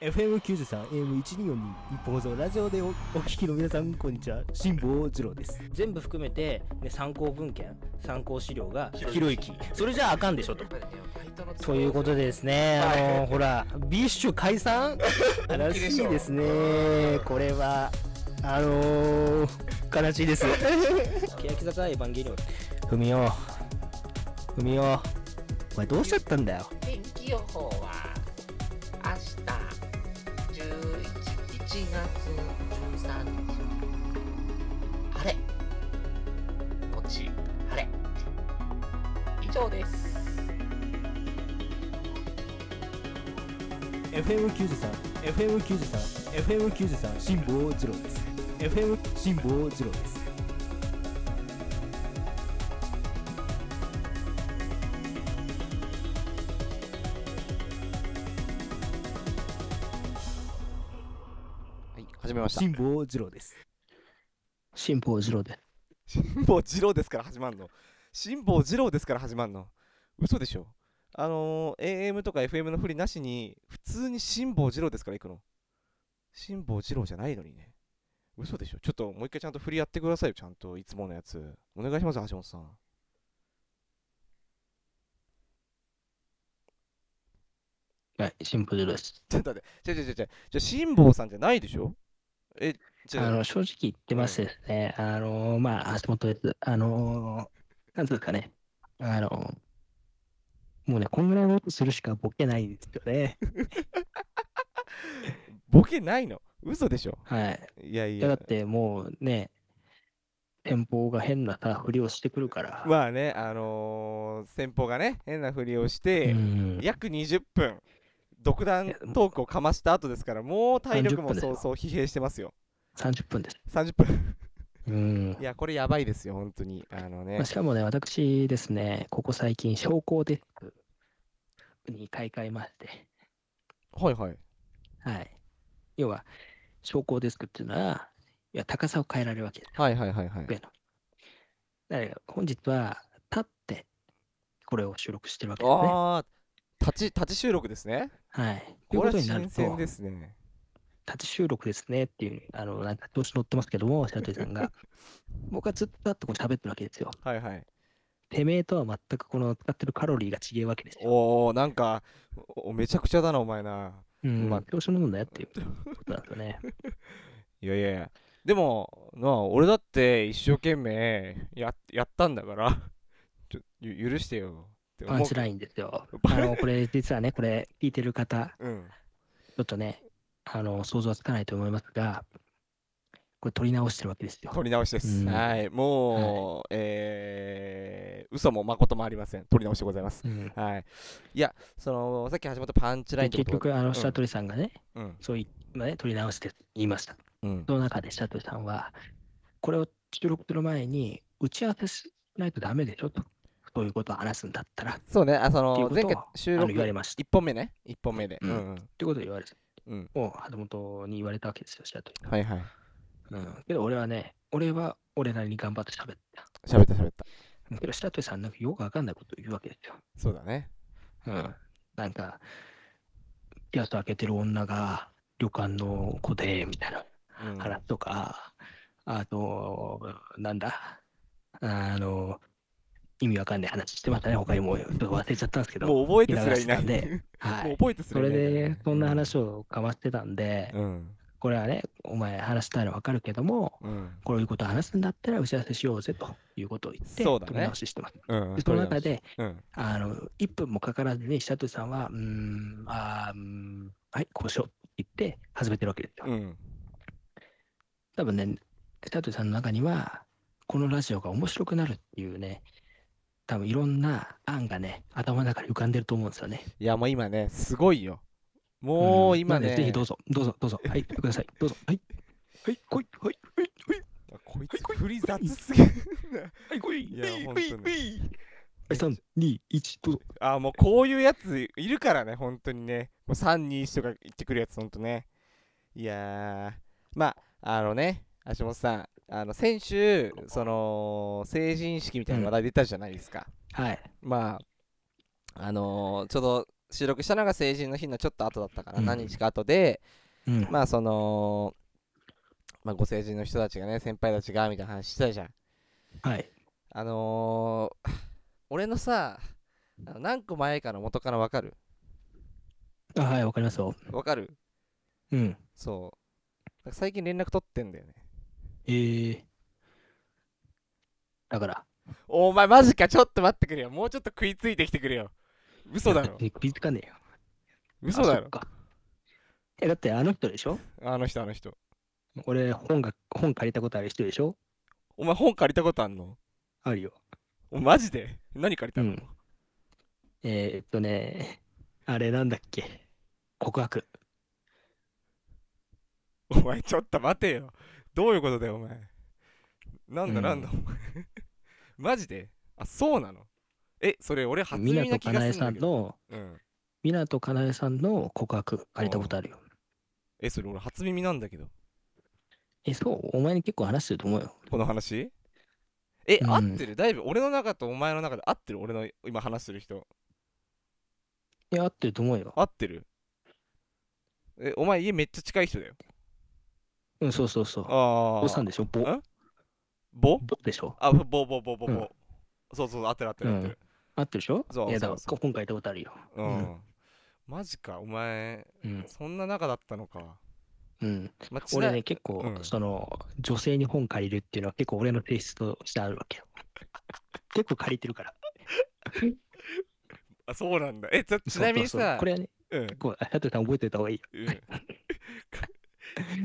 FM93、AM1242、日本放送ラジオでおお聞きの皆さん、こんにちは。辛坊二郎です。全部含めて、ね、参考文献参考資料がひろゆきそれじゃああかんでしょと。ということでですね、あのほらビッシュ解 散悲気しでしょいですね。これは、あのー、悲しい です。欅坂エヴァンゲリオンふみよ。ふみよ。お前どうしちゃったんだよ。天気予報は明日11 1月13日晴れ後晴れ以上です。 FM93、FM93、FM93、辛坊二郎です。FM 辛坊二郎です。はい、始めました。辛坊二郎です。辛抱二郎で辛坊二郎ですから始まんの。辛坊二郎ですから始まんの。嘘でしょ。あのー、AM とか FM の振りなしに、普通に辛坊二郎ですから行くの。辛坊二郎じゃないのにね。嘘でしょ。ちょっともう一回ちゃんと振りやってくださいよ、ちゃんと。いつものやつ。お願いします、橋本さん。はい、シンプルです。ちょっと待って、違う違う違う違う。じゃあ辛坊さんじゃないでしょえ、じあゃあ、の、正直言ってますですね。あの、まあ、橋本です。あの、なんつうんですかね。あの、もうね、こんぐらいの音するしかボケないんですよ ね。ボケないの。嘘でしょ。はい。いやいいや、だっ。やてもうね、先方が変なさ、ふりをしてくるから。まあね、あのー、先方がね、変な振りをして、うん。約20分独断トークをかました後ですからもう体力も30分ですそようそう疲弊してますよ30分です。 30分うんい。やこれやばいですよ本当にあのまねあ、しかもね、私ですね、ここ最近、商工デスクに買い替えまして、はいはいはい。要は、昇降デスクっていうのは、いや高さを変えられるわけです。はいはいはいはい上の。だから本日は、立って、これを収録してるわけですね。あー立ち立ち収録ですねはい。というここれとはになる新と、鮮で立すねち収録ですねっていう、あの、なんか調子乗ってますけども、白鳥さん が。僕はずっと立ってこう喋ってるわけですよ。はいはいてめえとは全くこの使ってるカロリーが違うわけですよ。おおなんかおおめちゃくちゃだなお前なうん、ままああ、調子乗るんだよっていうことなんですよ ね。いやいやいやでもなあ俺だって一生懸命ややったんだからちょゆ許してよってパン思うチラインですよ。パあの、これ実はね、これ聞いてる方、うんちょっとね、あの、想像はつかないと思いますが、これ撮り直してるわけですよ。取り直しです。うんはい、もう、えー、嘘も誠もありません。取り直しでございます。うん、はい。いや、その、さっき始まったパンチライでンって結こと局、あうの、ん白鳥さんがね、うん。そうい今ね、撮り直して言いました。うん。その中で白鳥さんは、これを収録する前に、打ち合わせしないとダメでしょと。そういうことを話すんだったら、っそうね、あその、ってい前うことを回収あの録、言われ1ました本目ね、1本目で。ううんん、うん。てことを言われて、うんもう、橋本に言われたわけですよ、白鳥。はいはい。うん。けど、俺はね、俺は俺なりに頑張って喋った。喋った喋った。けど、白鳥さんなんかよくわかんないことを言うわけですよ。そうだね。うんなんか、ピアス開けてる女が旅館の子で、みたいなうん、話とか、あと、なんだ、あの、意味わかんない話してましたね、他にも、ちょっと忘れちゃったんですけど、もう覚えてすらいな言い。い流 してたんはもうい。覚えてすそらいなれい。で、そんな話をかましてたんで、うん。これはね、お前話したいのわかるけども、うん。こういうこと話すんだったら打ち合わせしようぜということを言って、そうだね取り直ししてます。うん。でその中で、うん。あの、1分もかからずに、白鳥さんは、うーん、あーうーん、はい、こうしようって言って始めてるわけですよ。うん。多分ね、白鳥さんの中には、このラジオが面白くなるっていうね、多分いろんな案がね、頭の中に浮かんでると思うんですよね。いや、もう今ね、すごいよ。もう今なのね、でぜひどうぞ、どうぞ、どうぞ、はい、言ってください、どうぞ、はい、はい、来い、はい、はい、はい、あこいつ、振り雑すぎる。はい、来い、いやはい、ほはんとい、ねはい、はい、3、2、1、どうぞ。あーもうこういうやついるからね、本当にね。もう321とか言ってくるやつ、本当ね。いやー、まあ、あのね、橋本さん、あの先週、その成人式みたいな話題出たじゃないですか。はい、まあ、あのー、ちょうど収録したのが成人の日のちょっと後だったから、うん何日か後で、うん。まあその、まあ、ご成人の人たちがね先輩たちがみたいな話してたじゃんはい。あのー、俺のさあの何個前かの元から分かるあはい、わかりますよ。分かるうん。そう最近連絡取ってんだよねえー。だから、お前マジかちょっと待ってくれよもうちょっと食いついてきてくれよ嘘だ ろいや食いつかねえよ。嘘だあそろっかえ、だってあの人でしょあの人あの人俺、本が、本借りたことある人でしょお前本借りたことあんのあるよ。おマジで何借りたうの、んえー、っとね、あれなんだっけ。告白。お前ちょっと待てよどういうことだよお前なんだなんだ、お前 マジであそうなのえそれ俺初耳な湊気かがなえするんさだんけどの、うん湊かなえさんの告白借りたことあるよ。えそれ俺初耳なんだけどえ、そう、お前に結構話してると思うよ。この話え、うん合ってるだいぶ俺の中とお前の中で合ってる俺の今話してる人いや、合ってると思うよ。合ってるえお前家めっちゃ近い人だようん、そうそうそう。あ坊さんあでしょ坊んぼ坊でしょあぼぼぼぼぼぼ、うんそうそう合ってる合ってる合ってる合ってるでしょそういや、だそかうらそう今回行ったことあるよ。うん、マジかお前うん。そんな中だったのか、うん。まあちな俺ね、結構、うんその、女性に本借りるっていうのは結構俺の性質としてあるわけ よ。結構借りてるから。あそうなんだえちょちなみにそうそうそさうこれはね、うん結構、佐藤さん覚えておいた方がいいよ。うん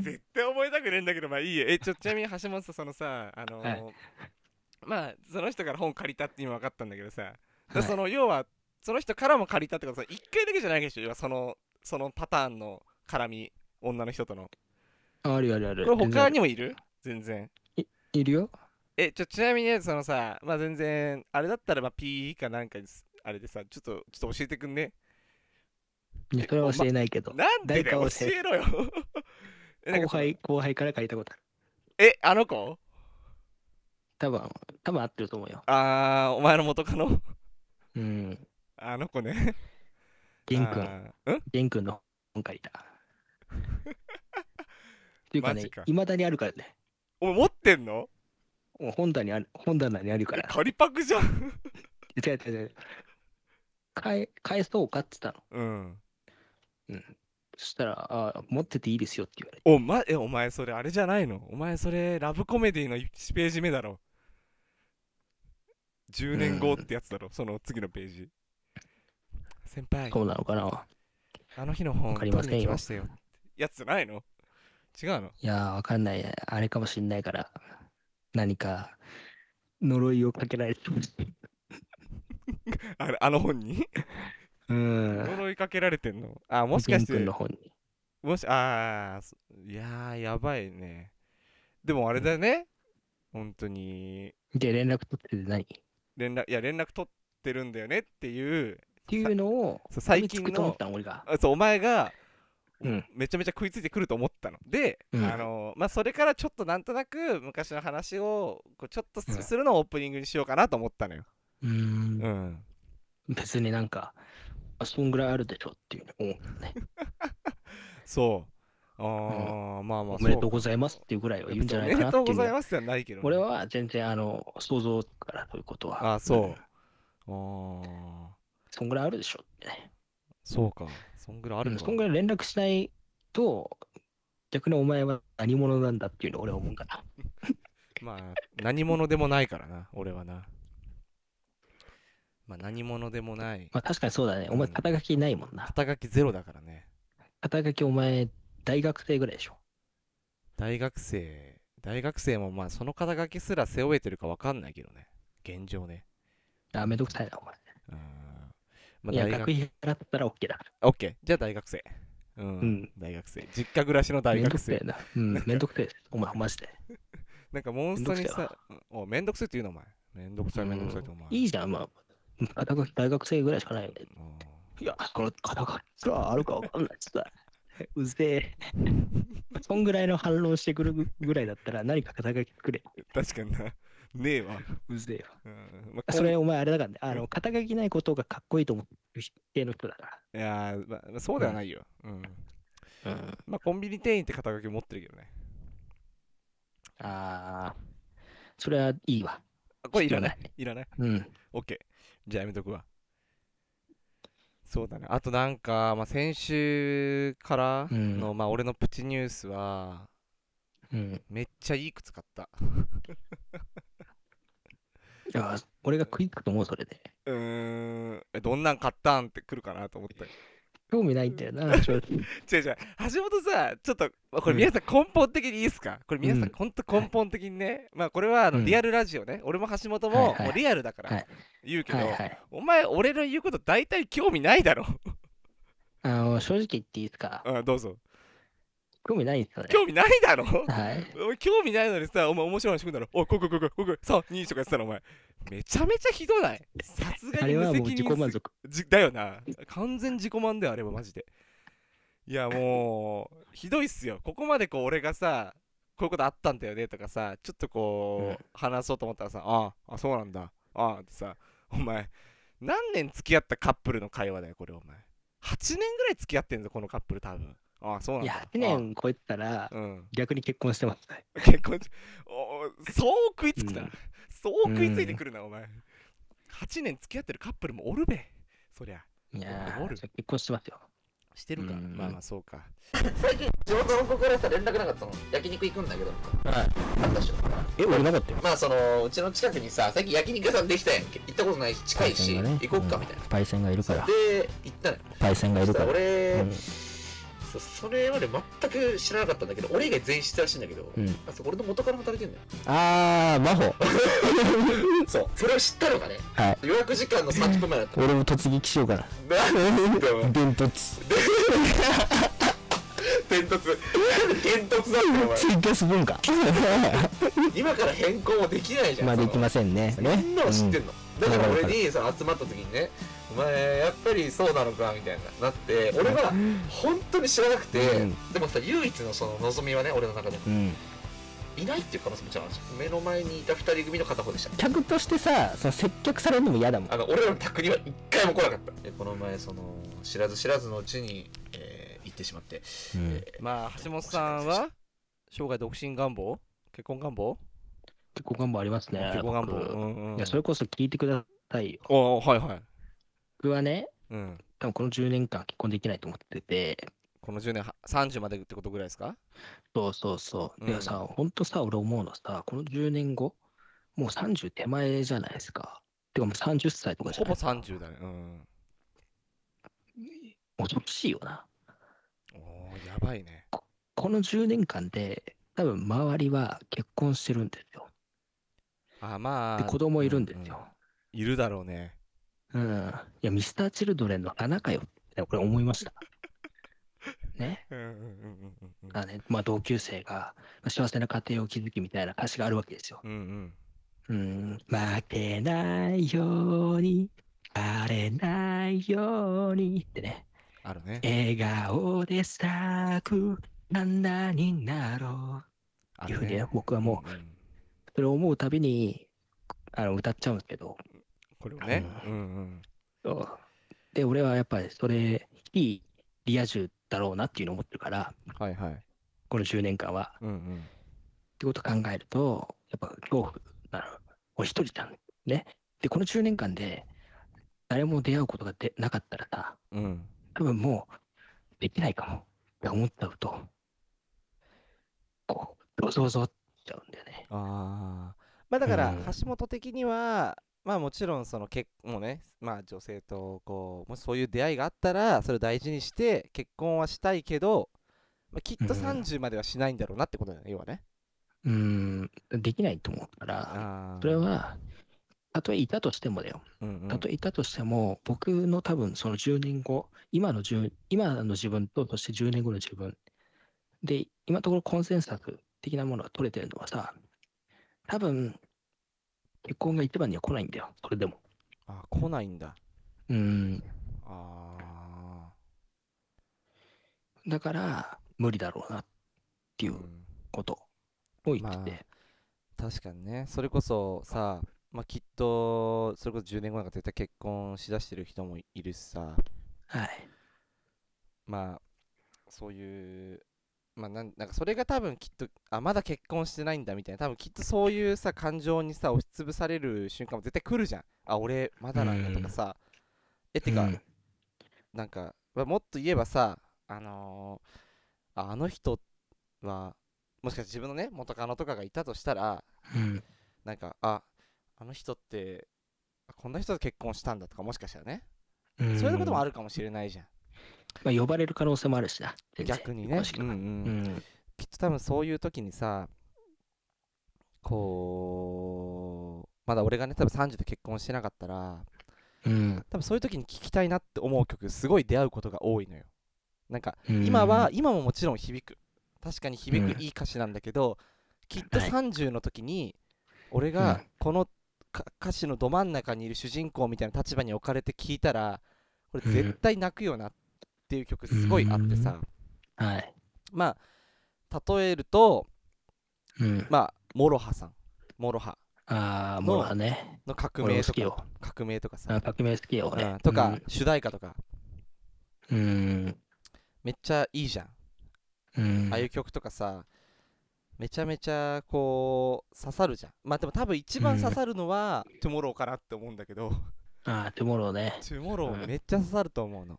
絶対覚えたくねえんだけどまあいいよえちょちなみに橋本さんそのさあのーはいまあその人から本借りたって今分かったんだけどさ、だかはらいその要はその人からも借りたってことさ一回だけじゃないでしょ要はそのそのパターンの絡み女の人とのああるよあるよある。これ他にももいる全然いるよ。えちょちなみにねそのさまあ全然あれだったらまあ P かなんかにすあれでさちょっとちょっと教えてくんねいやそれは教えないけど。なんでだよ大教体えろよ えなん後かその輩、後輩から借りたことある。えあの子多分、多分合ってると思うよ。あーお前の元カノうん。あの子ね玄君、あーん玄君の本借り た。っていうかマねジか、いまだにあるからね。お前持ってんのもう本棚にある、本棚にあるかえら。 仮パクじゃん違う違う違う。返、返そうかって言ったの。うんそしたら、ああ持ってていいですよって言われて。お,、ま、えお前それあれじゃないのお前それラブコメディの1ページ目だろ10年後ってやつだろ、その次のページ先輩そうなのかなあの日の本わかりませんよ取りに来ましたよやつじゃないの違うのいやー、わかんない。あれかもしんないから、何か、呪いをかけられてほしい。あれあの本にうん。呪いかけられてんのあもしか玄して君の本に。もしああいやーやばいねでもあれだよね、本当にで、連絡取ってて何っ連絡いや連絡取ってるんだよねっていうていうのを、そう最近の思いつくと思ったの、俺が。あそうお前がうん。めちゃめちゃ食いついてくると思ったので、うんあのまあ、それからちょっとなんとなく昔の話をこうちょっとうすんするのをオープニングにしようかなと思ったのよ、うーん。ん、別になんか、あそんぐらいあるでしょっていうの思うね。そうあ、あま あまあおめでとうございますっていうぐらいは言うんじゃないかおめなでってとういごうざいね。ますではないけどね、俺は全然あの想像からそういうことは。あそううんああそんぐらいあるでしょってね。そうかそんぐらいあうるんのそんぐらい連絡しないと、逆にお前は何者なんだっていうのを俺は思うから。まあ何者でもないからな俺はなまあ何者でもないまあ確かにそうだね。お前うん肩書きないもんな。肩書きゼロだからね肩書きお前大学生ぐらいでしょ。大学生大学生もまあその肩書きすら背負えてるかわかんないけどね現状ねあ、めんどくさいな、お前。うんまあいや、大学学費払ったら OK だ。オッケーじゃあ大学生うん、うん大学生実家暮らしの大めんど学くせ生えな。うん、めんどくせえです。お前、マジで。なんかモンストにめんどくせえさおめんどくせえって言うなお前めんどくさいめんどくさいってお前いいじゃん、まあ。肩書き大学生ぐらいしかないよね。うんいや、この肩書きすらあるかわかんないっつった。 うぜえ。そんぐらいの反論してくるぐらいだったら何か肩書きくれ。確かにな ねえわ、うぜえよ。うんまあそれお前あれだからね、あの肩書きないことがかっこいいと思っ系の人だかいやー、まあ、そうではないよ。うん。ら。うん。まあ、コンビニ店員って肩書き持ってるけどね。ああ、それはいいわ。あこれいらない必。いらない。うん。 OK。じゃあやめとくわ。そうだね。あとなんか、まあ、先週からの、まあ、俺のプチニュースは、うん。めっちゃいい靴買った。いや、俺が食いつくと思う、それで。うーん、えどんなん買ったんって来るかなと思って。興味ないんだよな、正直。 違う違う、橋本さ、ちょっと、まあこうれん皆さん根本的にいいですか、これ皆さうんん本当根本的にね、まあこれはあのうんリアルラジオね、俺も橋本はいもはいもうリアルだかはらい言うけど、はいはい。お前、俺の言うこと大体興味ないだろ。あの、正直言っていいですか。うん、どうぞ。興味ないんですよね。興味ないだろはい。お前興味ないのにさ、お前面白い話してくんだろ。おい、こいこいこいこいこいこい、3、2とかやってたらお前、めちゃめちゃひどない。さすあがにれ無はもう責自任己すぎ満足。じだよな完全自己満だよあれはマジでいやもうひどいっすよここまでこう俺がさこういうことあったんだよねとかさちょっとこう話そうと思ったらさあああそうなんだああってさお前何年付き合ったカップルの会話だよこれお前8年ぐらい付き合ってんぞこのカップル多分ああそうなんいだや、8年超えてたらああ、うん逆に結婚してますね。結婚しおーそう食いつくな、うんそう食いついてくるなお前8年付き合ってるカップルもおるべそりゃいやおー、る結婚してますよ。してるかうんまあまあそうか最近地元の子からさ連絡なかったの焼肉行くんだけどはいあったでしょえ、俺なかったよ。まあそのうちの近くにさ最近焼肉屋さんできたやんけ行ったことないし近いし、行こっかみたいな、パイセンがいるから。で行ったのよパイセンがいそるしかたら。ら俺、うんそそれまで全く知らなかったんだけど俺以外全員知ってたらしいんだけど、うんあそう俺の元から働いてんだよあー、真帆。そうそれを知ったのがね、はい予約時間の30分前だった俺も突撃 しようかな。なんでお 前伝突。天突天突 だってお前ツイキャス文化。今から変更もできないじゃんまあそのできませんね。ね。みんなを知ってんの、だかわらかるわ俺かるにその集まった時にね「お前やっぱりそうなのか」みたいななって俺は本当に知らなくて、うんでもさ唯一のその望みはね俺の中でうん。うんいないっていう可能性もちろんあるし目の前にいた2人組の片方でした客としてさ、その接客されるのも嫌だもん。あの俺らの宅には一回も来なかったでこの前その知らず知らずのうちに、えー行ってしまって、うんまあ橋本さんは生涯独身願望結婚願望結婚願望ありますね。結婚願望僕うんうんいや、それこそ聞いてくださいよ。おおはいはい僕はね、うん多分この10年間結婚できないと思ってて、この10年は30までってことぐらいですかそうそうそう。でうんさ、ほんとさ、俺思うのさ、この10年後、もう30手前じゃないですか。てかもう30歳とかじほゃなぼい30だねうん恐ろしいよな。おーやばいねこの10年間で、多分周りは結婚してるんですよ。あまあで、子供いるんですうよ。ういるだろうねうん。いや、ミスター・チルドレンの花かよって、これ思いま した。ね。うんうんうんうんうんあね、まあ、同級生がまあ幸せな家庭を築きみたいな歌詞があるわけですよ。うんうんうん。負けないように、荒れないようにってね。あるね笑顔で咲く花になろあう。いうるふうにねね、僕はもうんうんう、それを思うたびに、あの、歌っちゃうんですけど。これをねううんうんそうで、俺はやっぱりそれ、いいリア充だろうなっていうのを思ってるから、はいはいこの10年間は。うんうんってことを考えると、やっぱ恐怖なの。お一人じゃん。ね。で、この10年間で、誰も出会うことがでなかったらさ、うん多分もう、できないかも。って思っちゃうと、こう、どぞどぞっちゃうんだよね。ああまあだからうん橋本的には、まあもちろんその結もうねまあ女性とこうもしそういう出会いがあったらそれを大事にして結婚はしたいけど、まあ、きっとうん30まではしないんだろうなってことだよね要はねうーん、できないと思うから、あーそれは、たとえいたとしてもだよ。うんうんたとえいたとしても、僕の多分その10年後、今の10今の自分と、そして10年後の自分。で、今のところコンセンサス的なものが取れてるのはさ、多分、結婚が一番には来ないんだよ、それでも。あー来ないんだうん。あだから、無理だろうなっていー、う、うんことを言ってて。確かにねそれこそさまあ、きっとそれこそ10年後なんか絶対結婚しだしてる人もいるしさはい。まあそういうまあなんなんかそれが多分きっとあまだ結婚してないんだみたいな多分きっとそういうさ感情にさ押しつぶされる瞬間も絶対来るじゃんあ俺まだなんだとかさえてか、うんなんか、まあもっと言えばさ、あのーああの人は、もしかして自分のね、元カノとかがいたとしたら、うん。なんか、あ、あの人って、あこんな人と結婚したんだとか、もしかしたらね、うんそういうこともあるかもしれないじゃん。まあ、呼ばれる可能性もあるしな。全然逆にね詳し。くうんうないうんん。きっと多分そういう時にさ、こう、まだ俺がね、多分30で結婚してなかったら、うん。多分そういう時に聴きたいなって思う曲、すごい出会うことが多いのよ。なんか、今は、今ももちろん響く確かに響うくんいい歌詞なんだけど、きっとはい30の時に俺うがんこのか歌詞のど真ん中にいる主人公みたいな立場に置かれて聞いたらこれ絶対泣くよなっていう曲すごいあってさ、うん、はい。まあ例えるとうん。まあモロハさんモロハああ、もうはね。の革俺命も好ときよか。革命とかさ、あ革命好きよ、う俺ん。とか、主題歌とかうん。めっちゃいいじゃんうん。ああいう曲とかさ、めちゃめちゃこう刺さるじゃん。まあでも多分一番刺さるのは、トゥモローかなって思うんだけど、ああ、トゥモローね。トゥモローうんめっちゃ刺さると思うの。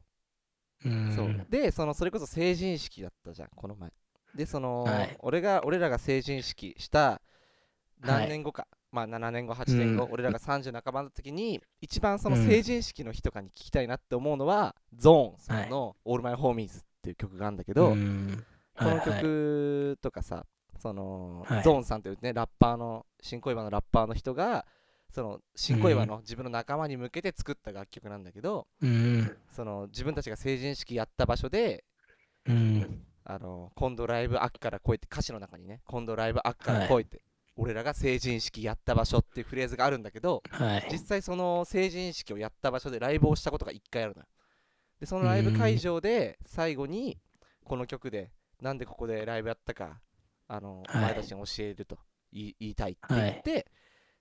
うん。そう。で、そのそれこそ成人式だったじゃん、この前。で、その、はい俺が、俺らが成人式したは何い年後か、まあ7年後、8年後、うん俺らが30半ばの時に、一番そのうん成人式の日とかに聞きたいなって思うのは、ゾーンさんの「オールマイホーミーズ」っていう曲があるんだけど、ん。このはいはい曲とかさ、その、はいゾーンさんというね、ラッパーの、新恋バのラッパーの人が、その、新恋バの自分の仲間に向けて作った楽曲なんだけど、うん。その、自分たちが成人式やった場所で、うん。あの、今度ライブあっから来いって、歌詞の中にね、今度ライブあっから来いって、俺らが成人式やった場所っていうフレーズがあるんだけど、はい。実際その成人式をやった場所でライブをしたことが1回あるのよでそのライブ会場で最後にこの曲でなんでここでライブやったかあの、はいお前たちに教えると言い言いたいって言って、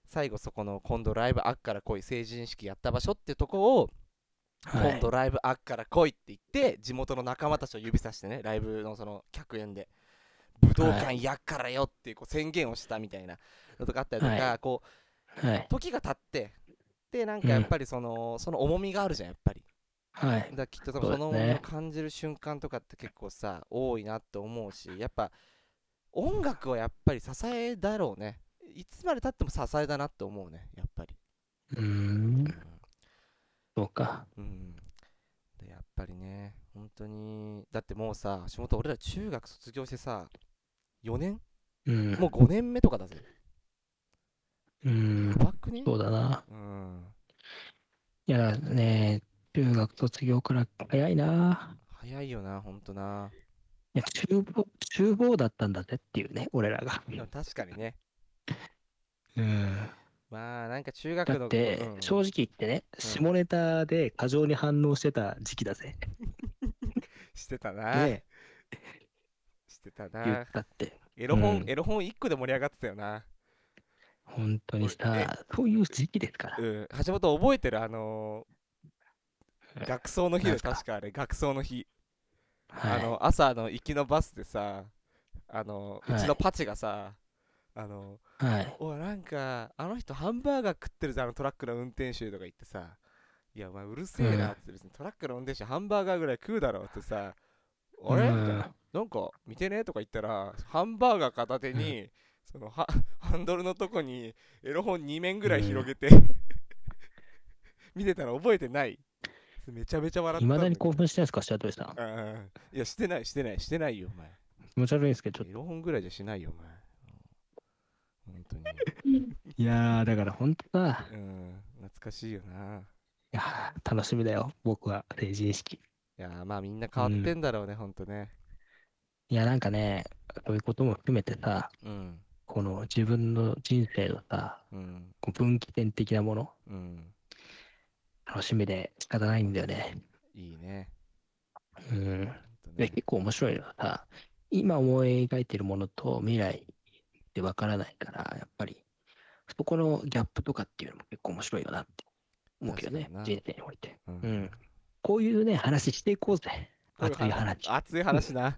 最後そこの今度ライブあっから来い成人式やった場所ってとこを、はい今度ライブあっから来いって言って地元の仲間たちを指さしてねライブのその客演で武道は館やっからよっていうこう宣言をしたみたいなのとかあったりとか、はこうはい。時が経ってでなんかやっぱりその、その重みがあるじゃんやっぱりはいだ。からきっとそ多う分でそすのね重みを感じる瞬間とかって結構さ多いなって思うしやっぱ音楽はやっぱり支えだろうねいつまでたっても支えだなって思うねやっぱりうん。そうか。うんでやっぱりね本当にだってもうさ橋本俺ら中学卒業してさ4年 うん。もう5年目とかだぜうんや。ばくねそうだな。うんいやね、中学卒業から早いな。早いよなほんとないや、厨房、厨房だったんだぜっていうね、俺らが。でも確かにねうん。まあなんか 中学だのって、うん正直言ってね、下ネタで過剰に反応してた時期だぜ。してた な、ね、してた言なったって。エロ本、うんエロ本1個で盛り上がってたよな本当に俺えさ、そういう時期ですからう。ん橋本覚えてるあのーえ学装の日なでんすか確かあれ学装の日、はあい。の朝あの行きのバスでさあのうはいちのパチがさ、あのはい。おいなんかあの人ハンバーガー食ってるぞあのトラックの運転手とか言ってさいやお前うるせえなって別にトラックの運転手ハンバーガーぐらい食うだろうってさあれみたいななんか見てねとか言ったらハンバーガー片手に、そのハハンドルのとこにエロ本2面ぐらい広げて、 見てたら覚えてないめちゃめちゃ笑っいたまだんにけど興奮してないですか、白鳥さん。うんうんいやしてないしてないしてないよお前気持ち悪いんですけど、ちょっエロ本ぐらいじゃしないよお前うん本と。いやー、だから本当さ当、にうん懐かしいよないやー楽しみだよ、僕は成人式。いやーまあみんな変わってんだろうね、ほんとねいや、なんかね、そういうことも含めてさ、うんこの自分の人生のさ、うんこう分岐点的なもの、うん楽しみで仕方ないんだよね。いいねうん。ほんとで、ね結構面白いのはさ、今思い描いてるものと未来ってわからないから、やっぱりそこのギャップとかっていうのも結構面白いよなって思うけどね確かにな、人生において。ううんん。こういうね、話していこうぜ。熱い話。熱い話な。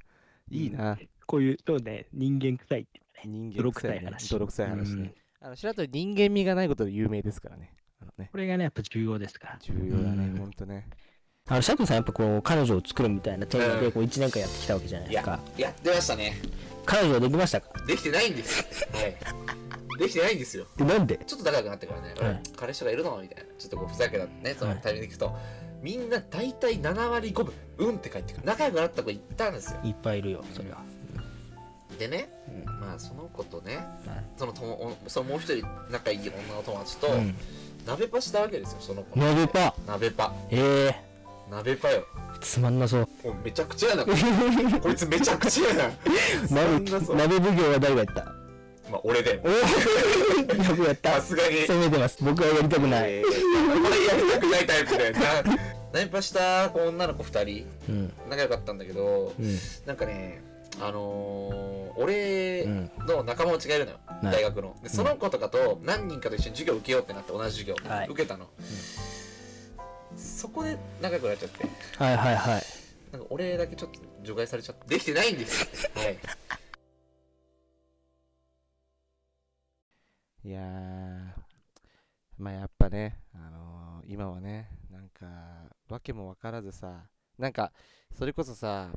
いいな。こういう、そうね、人間臭いっていうかね。人間泥臭臭いいね話。泥臭い話うねん。あの白鳥人間味がないことで有名ですからね。あのねこれがね、やっぱ重要ですから。重要だうね、んほんとね。あのシャトさんやっぱこう彼女を作るみたいなテーマでこう1年間やってきたわけじゃないですかやってましたね。彼女はできましたかできてないんです。はい。できてないんですよ。なんでちょっと仲良くなってからね、はい彼氏がいるのみたいな、ちょっとこうふざけたね、そのはいタイミングで聞くと、みんな大体7割5分、うんって返ってくる。仲良くなった子いったんですよ。いっぱいいるよそれは、でね、うんまあその子とね、そのともおそのもう一人仲いい女の友達と、うん鍋パしたわけですよ、その子。鍋パ鍋パ。ええ鍋パよ。つまんな そうもうめちゃくちゃやな。こいつめちゃくちゃやな。 鍋鍋奉行は誰がやったまあ俺でお。 およくやったさすがに。攻めてます僕はやりたくない、え ーこれやりたくないタイプだよな。ナイパしたこう女の子2う人ん仲良かったんだけどうんなんかねあのー、俺うんの仲間内がいるのよ、はい大学のでその子とかと何人かと一緒に授業受けようってなって同じ授業、はい受けたの、そこで仲良くなっちゃってはいはいはいなんか俺だけちょっと除外されちゃってできてない んですはいいやー、まあやっぱね、あのー今はね、なんか、わけもわからずさ、なんか、それこそさ、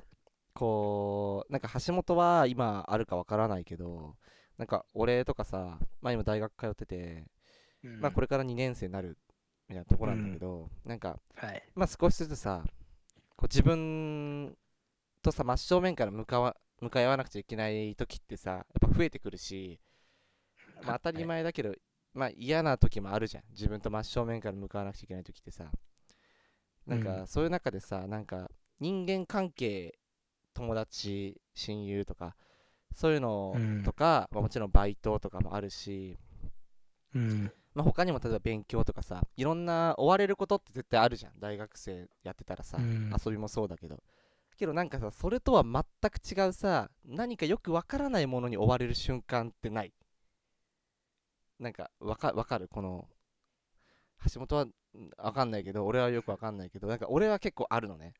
こう、なんか橋本は今あるかわからないけど、なんか俺とかさ、まあ今大学通ってて、まあこれ。れから2年生になるみたいなとこなんだけど、なんか、はい。まあ少しずつさ、こう自分とさ、真正面から向かわ向かい合わなくちゃいけない時ってさ、やっぱ増えてくるし、まあ当たり前だけど、まあ嫌な時もあるじゃん。自分と真正面から向かわなくちゃいけない時ってさ。なんうかそういう中でさ、なんか人間関係、友達、親友とか、そういうのうんとか、まあもちろんバイトとかもあるし、うん。まあ、他にも例えば勉強とかさいろんな追われることって絶対あるじゃん大学生やってたらさ、うん遊びもそうだけどけどなんかさそれとは全く違うさ何かよくわからないものに追われる瞬間ってないなんかわかわかるこの橋本はんわかんないけど俺はよくわかんないけどなんか俺は結構あるのね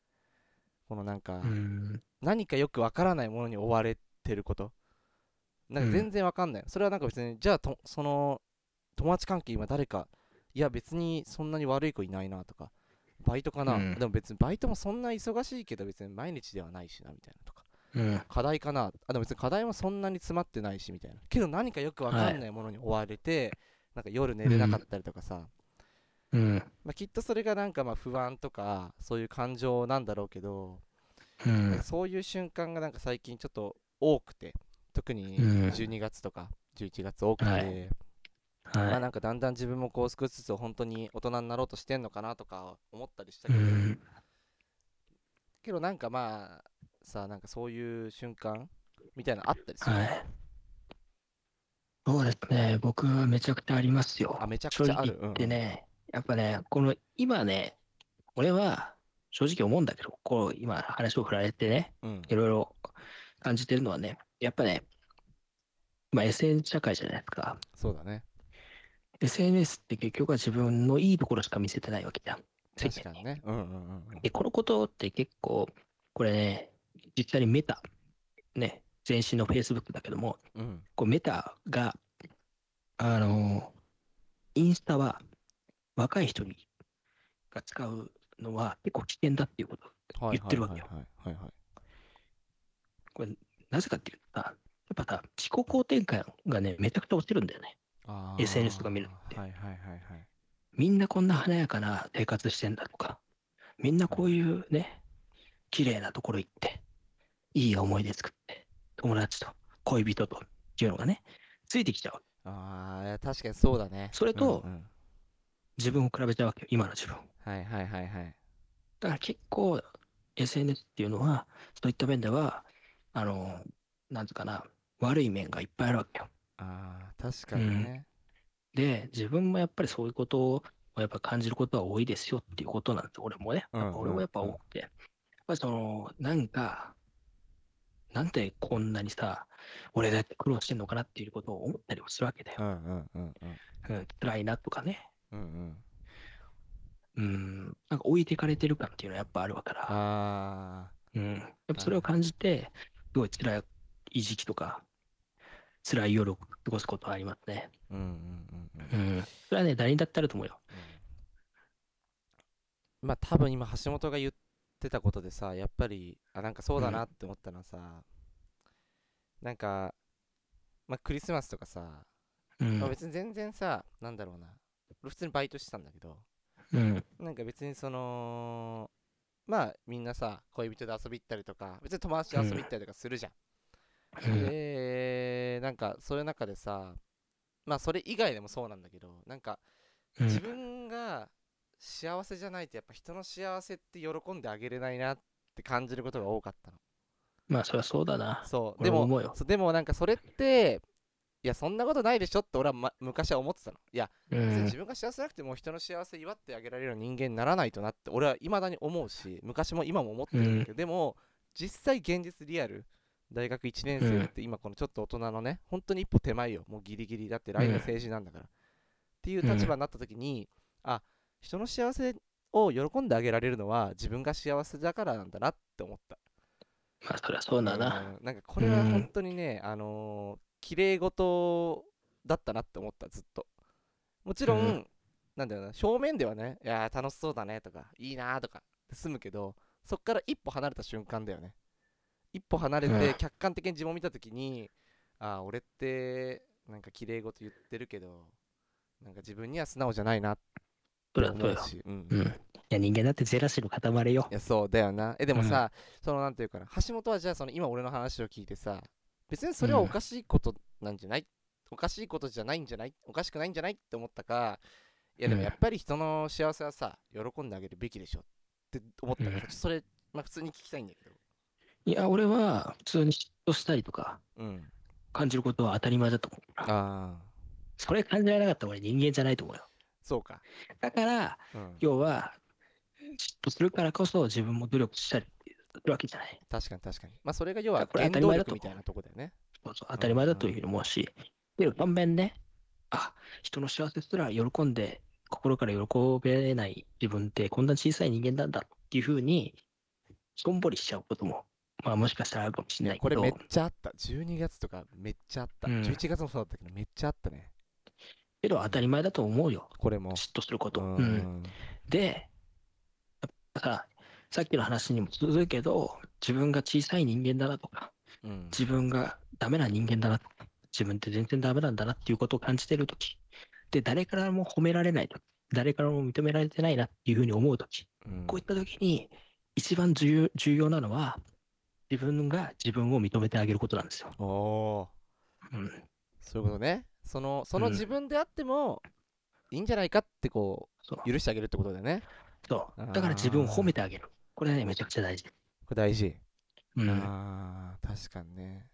このなんか、うん。何かよくわからないものに追われてることなんうかん全然わかんない、それはなんか別にじゃあとその友達関係今誰かいや別にそんなに悪い子いないなとかバイトかな、うんでも別にバイトもそんな忙しいけど別に毎日ではないしなみたいなとかうん。課題かなあでも別に課題もそんなに詰まってないしみたいなけど何かよくわかんないものに追われて、なんか夜寝れなかったりとかさ、うん。まあ、きっとそれがなんかまあ不安とかそういう感情なんだろうけどうなんんか。そういう瞬間がなんか最近ちょっと多くて特にうん12月とか11月多くて、はいまあはなんかだんだん自分もこう少しずつ本当に大人になろうとしてんのかなとか思ったりしたい。うけど、ん。けどなんかまあさなんかそういう瞬間みたいなのあったりする、はい。そうですね、僕はめちゃくちゃありますよ。あめちゃくちゃある正直言ってね、やっぱね、この今ね、俺は正直思うんだけど、こう今話を振られてね、うんいろいろ感じてるのはね、やっぱね、まあ SNS 社会じゃないですか。そうだね SNS って結局は自分のいいところしか見せてないわけじゃん。世確間かににねうんうんうんうんで、このことって結構、これね、実際にメタ、ね、前身の Facebook だけども、うんこうメタが、あのインスタは若い人にが使うのは結構危険だっていうこと。はい言ってるわはけいよはいはいはいこれ、なぜかっていうとさ、やっぱさ、自己肯定感がね、めちゃくちゃ落ちるんだよね。あー SNS とか見るってはいはいはいはいみんなこんな華やかな生活してんだとか、みんなこういうね、綺麗なところ行って、いい思い出作って、友達と恋人とっていうのがね、ついてきちゃう。あーいや確かにそうだねそれとうんうん自分を比べちゃうわけよ、今の自分を。はいはいはいはいだから結構 SNS っていうのはそういった面ではあのなんつうかな悪い面がいっぱいあるわけよ。あー確かにうんね、で自分もやっぱりそういうことをやっぱ感じることは多いですよっていうことなんです俺もね、うんうんうん俺もやっぱ多くてやっぱりそのなんかなんでこんなにさ俺だって苦労してんのかなっていうことを思ったりもするわけだよ。うんうんうんうん、辛いなとかね。うんうんうん、なんか置いてかれてる感っていうのはやっぱあるわから、あうん、やっぱそれを感じて、すごい辛い時期とか、辛い夜を過ごすことはありますね。ーうんうんうんうんうん、それはね、誰にだってあると思うよ。まあ多分今橋本が言ってたことでさやっぱりあなんかそうだなって思ったのはさ、なんか、まあ、クリスマスとかさ、うんまあ、、別に全然さなんだろうな俺普通にバイトしてたんだけどうん、なんか別にそのまあみんなさ恋人で遊び行ったりとか別に友達と遊び行ったりとかするじゃん、うん、でなんかそういう中でさまあそれ以外でもそうなんだけどなんかうん自分が幸せじゃないとやっぱ人の幸せって喜んであげれないなって感じることが多かったのまあ、そりゃそうだな。そう俺でもも思うよそうでもなんかそれっていやそんなことないでしょって俺は、ま、昔は思ってたのいやう別にん自、分が幸せなくても人の幸せ祝ってあげられる人間にならないとなって俺は未だに思うし昔も今も思ってるんだけど、でも実際現実リアル大学1年生って今このちょっと大人のね本当に一歩手前よもうギリギリだって来年うん成人なんだから、っていう立場になった時に、あ人の幸せを喜んであげられるのは自分が幸せだからなんだなって思ったまあ、そりゃそうだな。うんなんかこれは本当にね、あのー、綺麗事だったなって思ったずっともちろん、うんなんだろうな表面ではねいやー楽しそうだねとかいいなーとかで済むけどそっから一歩離れた瞬間だよね一歩離れうてん客観的に自分を見た時に、ああ俺ってなんか綺麗事言ってるけどなんか自分には素直じゃないなってそりゃそ思ううよ。し、うんうん。いや、人間だってジェラシーの塊よい。やそうだよなえでもうんさ、そのなんていうかな橋本はじゃあその今俺の話を聞いてさ別にそれはうんおかしいことなんじゃない、おかしいことじゃないんじゃないおかしくないんじゃないって思ったかいやでもうんやっぱり人の幸せはさ喜んであげるべきでしょって思ったから、うん ちょっとそれ、まあ、普通に聞きたいんだけどいや、俺は普通に嫉妬したりとか、うん感じることは当たり前だと思うから。ああそれ感じられなかったら俺人間じゃないと思うよ。そうか、だから、うん、要は、嫉妬するからこそ自分も努力したりするわけじゃない。確かに確かにまあそれが要いはやこれ原当たり動前だ力とみたいなとこだよねそうそう当たり前だというふうに思うし、で、反面ね、あ、人の幸せすら喜んで、心から喜べない自分ってこんな小さい人間なんだっていうふうに、しょんぼりしちゃうことも、まあもしかしたらあるかもしれないこけれど、めっちゃあった12月とかめっちゃあった、うん11月もそうだったけどめっちゃあったねけど当たり前だと思うよ。これも嫉妬すること。うんうんで、やっぱさ、さっきの話にも続くけど、自分が小さい人間だなとか、うん自分がダメな人間だなとか、自分って全然ダメなんだなっていうことを感じてるとき、で、誰からも褒められないとき、誰からも認められてないなっていうふうに思うとき、うんこういったときに、一番重要重要なのは、自分が自分を認めてあげることなんですよ。おおうん、そういうことねそのそのうん自分であっても、いいんじゃないかってこそうう許してあげるってことだよねそう。だから自分を褒めてあげる。これね、めちゃくちゃ大事。これ大事、うん、あー確かにね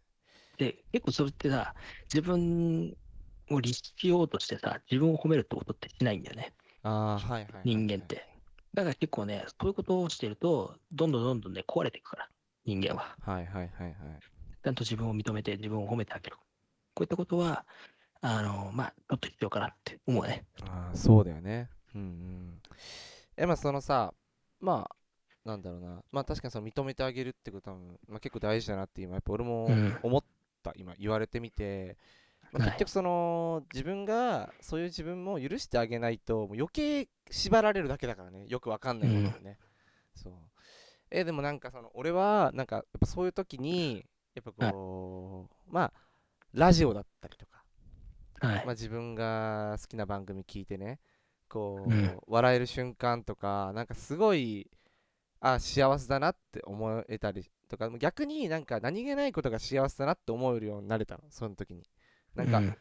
で、結構それってさ、自分を律しようとしてさ、自分を褒めるってことってしないんだよね、あーはいはいはいはい人間って。だから結構ね、そういうことをしてると、どんどんどんどんね、壊れていくから、人間は。はいはいはいはいちゃんと自分を認めて、自分を褒めてあげる。こういったことは、あの、まあ、ちょっと必要かなって思うね。あーそうだよねうんうんえまあそのさまあなんだろうなまあ確かにその認めてあげるってことは、まあ、結構大事だなって今やっぱ俺もうん 思った、今言われてみて、まあはい結局その自分がそういう自分も許してあげないともう余計縛られるだけだからねよくわかんないものをね、そうえでもなんかその俺はなんかやっぱそういう時にやっぱこう、まあラジオだったりとかはいまあ、。自分が好きな番組聞いてねこう、うん笑える瞬間とかなんかすごいあ幸せだなって思えたりとか逆になんか何気ないことが幸せだなって思えるようになれたのその時になんか、うん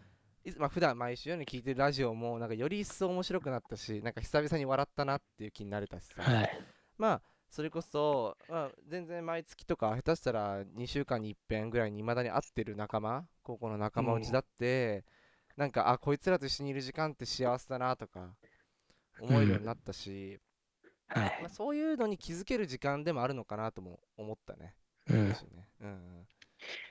いつまあ、普段毎週のように聞いてるラジオもなんかより一層面白くなったしなんか久々に笑ったなっていう気になれたしさ、はい。まあそれこそ、まあ、全然毎月とか下手したら2週間に一遍ぐらいにいまだに会ってる仲間高校の仲間うん内だって、なんかあこいつらと一緒にいる時間って幸せだなとか思えるようになったし、はまいあ、。そういうのに気づける時間でもあるのかなとも思ったね。うん私ねうんうん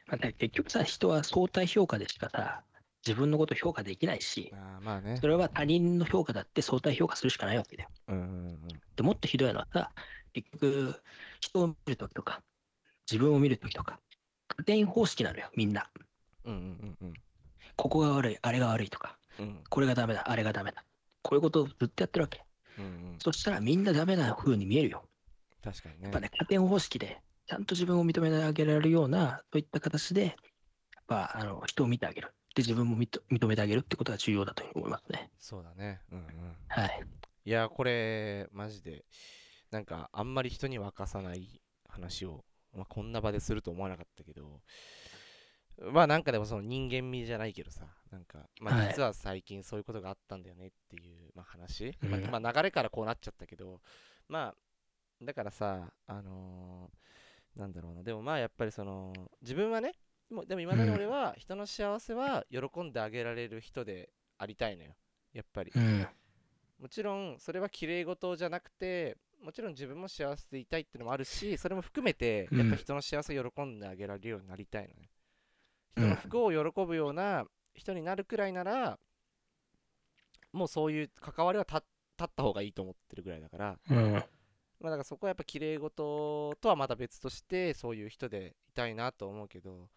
まあ、だから結局さ、人は相対評価でしかさ、自分のこと評価できないし、あーまあねそ。れは他人の評価だって相対評価するしかないわけだよ。うんうんうん。でもっとひどいのはさ、結局、人を見るときとか、自分を見るときとか、加点方式なのよ、みんな。うんうんうんここが悪い、あれが悪いとか、うん。うんこれがダメだ、あれがダメだ。こういうことをずっとやってるわけ。うんうん。そしたらみんなダメな風に見えるよ。確かにやねっぱ。ね、加点方式で、ちゃんと自分を認めてあげられるような、そういった形で、やっぱあの人を見てあげる。で、自分も認認めてあげるってことが重要だというふうに思いますね。そうだね。うんうん。はい。いや、これ、マジで、なんか、あんまり人に沸かさない話を、まあ、こんな場ですると思わなかったけど、まあ、なんかでもその人間味じゃないけどさ、なんか、まはあ、い実は最近そういうことがあったんだよねっていう、まあ、話、まあうんまあ、流れからこうなっちゃったけど、まあ、だからさ、あのーなんだろうな、でもまあ、やっぱりその、自分はね、でも、でも、いまだにうん俺は、人の幸せは喜んであげられる人でありたいのよ、やっぱりう。ん。もちろんそれは綺麗事じゃなくてもちろん自分も幸せでいたいってのもあ るしそれも含めてうんやっぱ人の幸せを喜んであげられるようになりたいのね、うん人の不幸を喜ぶような人になるくらいならもうそういう関わりは立立った方がいいと思ってるぐらいだからうん。まあだからそこはやっぱ綺麗事とはまた別としてそういう人でいたいなと思うけど